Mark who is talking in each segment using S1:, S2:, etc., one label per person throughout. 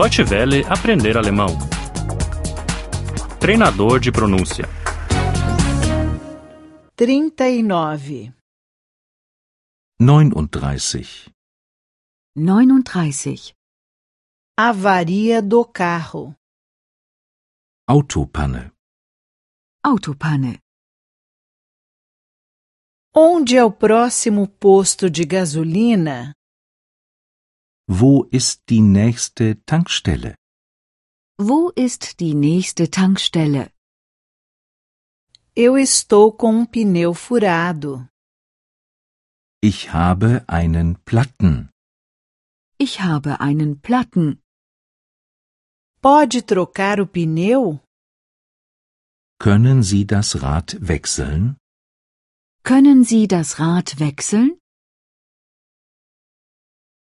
S1: Deutsche Welle aprender alemão. Treinador de pronúncia.
S2: 39.
S3: 39.
S4: 39.
S2: Avaria do carro.
S3: Autopanne.
S4: Autopanne.
S2: Onde é o próximo posto de gasolina?
S3: Wo ist die nächste Tankstelle?
S4: Wo ist die nächste Tankstelle?
S2: Eu estou com um pneu furado.
S3: Ich habe einen Platten.
S4: Ich habe einen Platten.
S2: Pode trocar o pneu?
S3: Können Sie das Rad wechseln?
S4: Können Sie das Rad wechseln?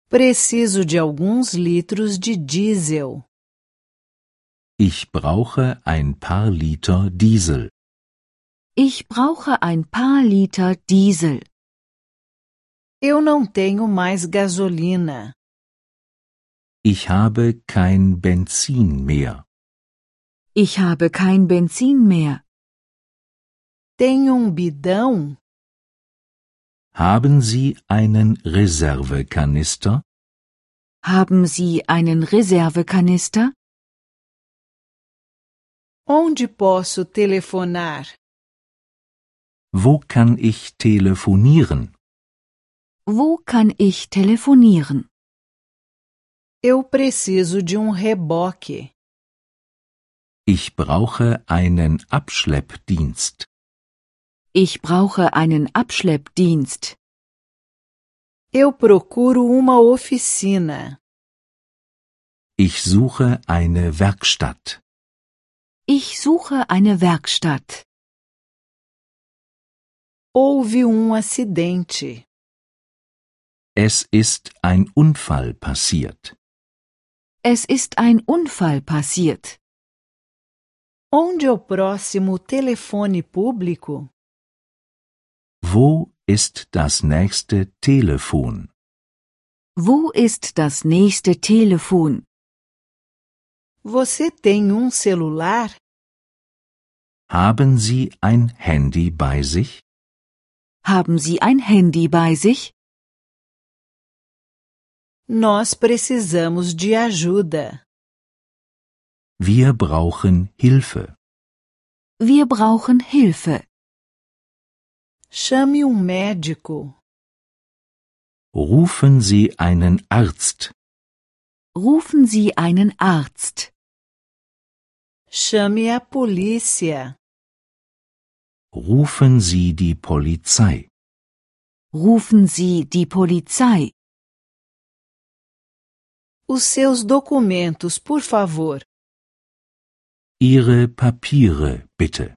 S2: Preciso de alguns litros de diesel.
S3: Ich brauche ein paar Liter Diesel.
S4: Ich brauche ein paar Liter Diesel.
S2: Eu não tenho mais gasolina.
S3: Ich habe kein Benzin mehr.
S4: Ich habe kein Benzin mehr.
S2: Tenho um bidão?
S3: Haben Sie einen Reservekanister?
S4: Haben Sie einen Reservekanister?
S2: Onde posso telefonar?
S3: Wo kann ich telefonieren?
S4: Wo kann ich telefonieren?
S2: Eu preciso de um reboque.
S3: Ich brauche einen Abschleppdienst.
S4: Ich brauche einen Abschleppdienst.
S2: Eu procuro uma oficina.
S3: Ich suche eine Werkstatt.
S4: Ich suche eine Werkstatt.
S2: Houve um acidente.
S3: Es ist ein Unfall passiert.
S4: Es ist ein Unfall passiert.
S2: Onde é o próximo telefone público?
S3: Wo ist das nächste Telefon?
S4: Wo ist das nächste Telefon?
S2: Você tem um celular?
S3: Haben Sie ein Handy bei sich?
S4: Haben Sie ein Handy bei sich?
S2: Nós precisamos de ajuda.
S3: Wir brauchen Hilfe.
S4: Wir brauchen Hilfe.
S2: Chame um médico.
S3: Rufen Sie einen Arzt.
S4: Rufen Sie einen Arzt.
S2: Chame a polícia.
S3: Rufen Sie die Polizei.
S4: Rufen Sie die Polizei.
S2: Os seus documentos, por favor.
S3: Ihre Papiere bitte.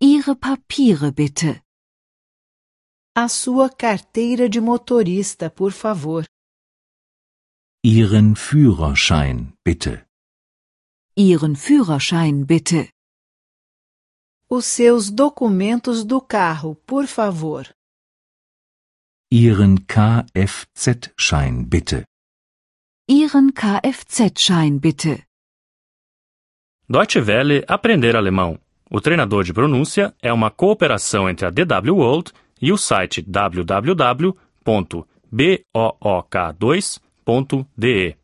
S4: Ihre Papiere bitte.
S2: A sua carteira de motorista, por favor.
S3: Ihren Führerschein bitte.
S4: Ihren Führerschein bitte.
S2: Os seus documentos do carro, por favor.
S3: Ihren Kfz-Schein bitte.
S4: Ihren Kfz-Schein bitte.
S1: Deutsche Welle aprender alemão. O treinador de pronúncia é uma cooperação entre a DW World e o site www.book2.de.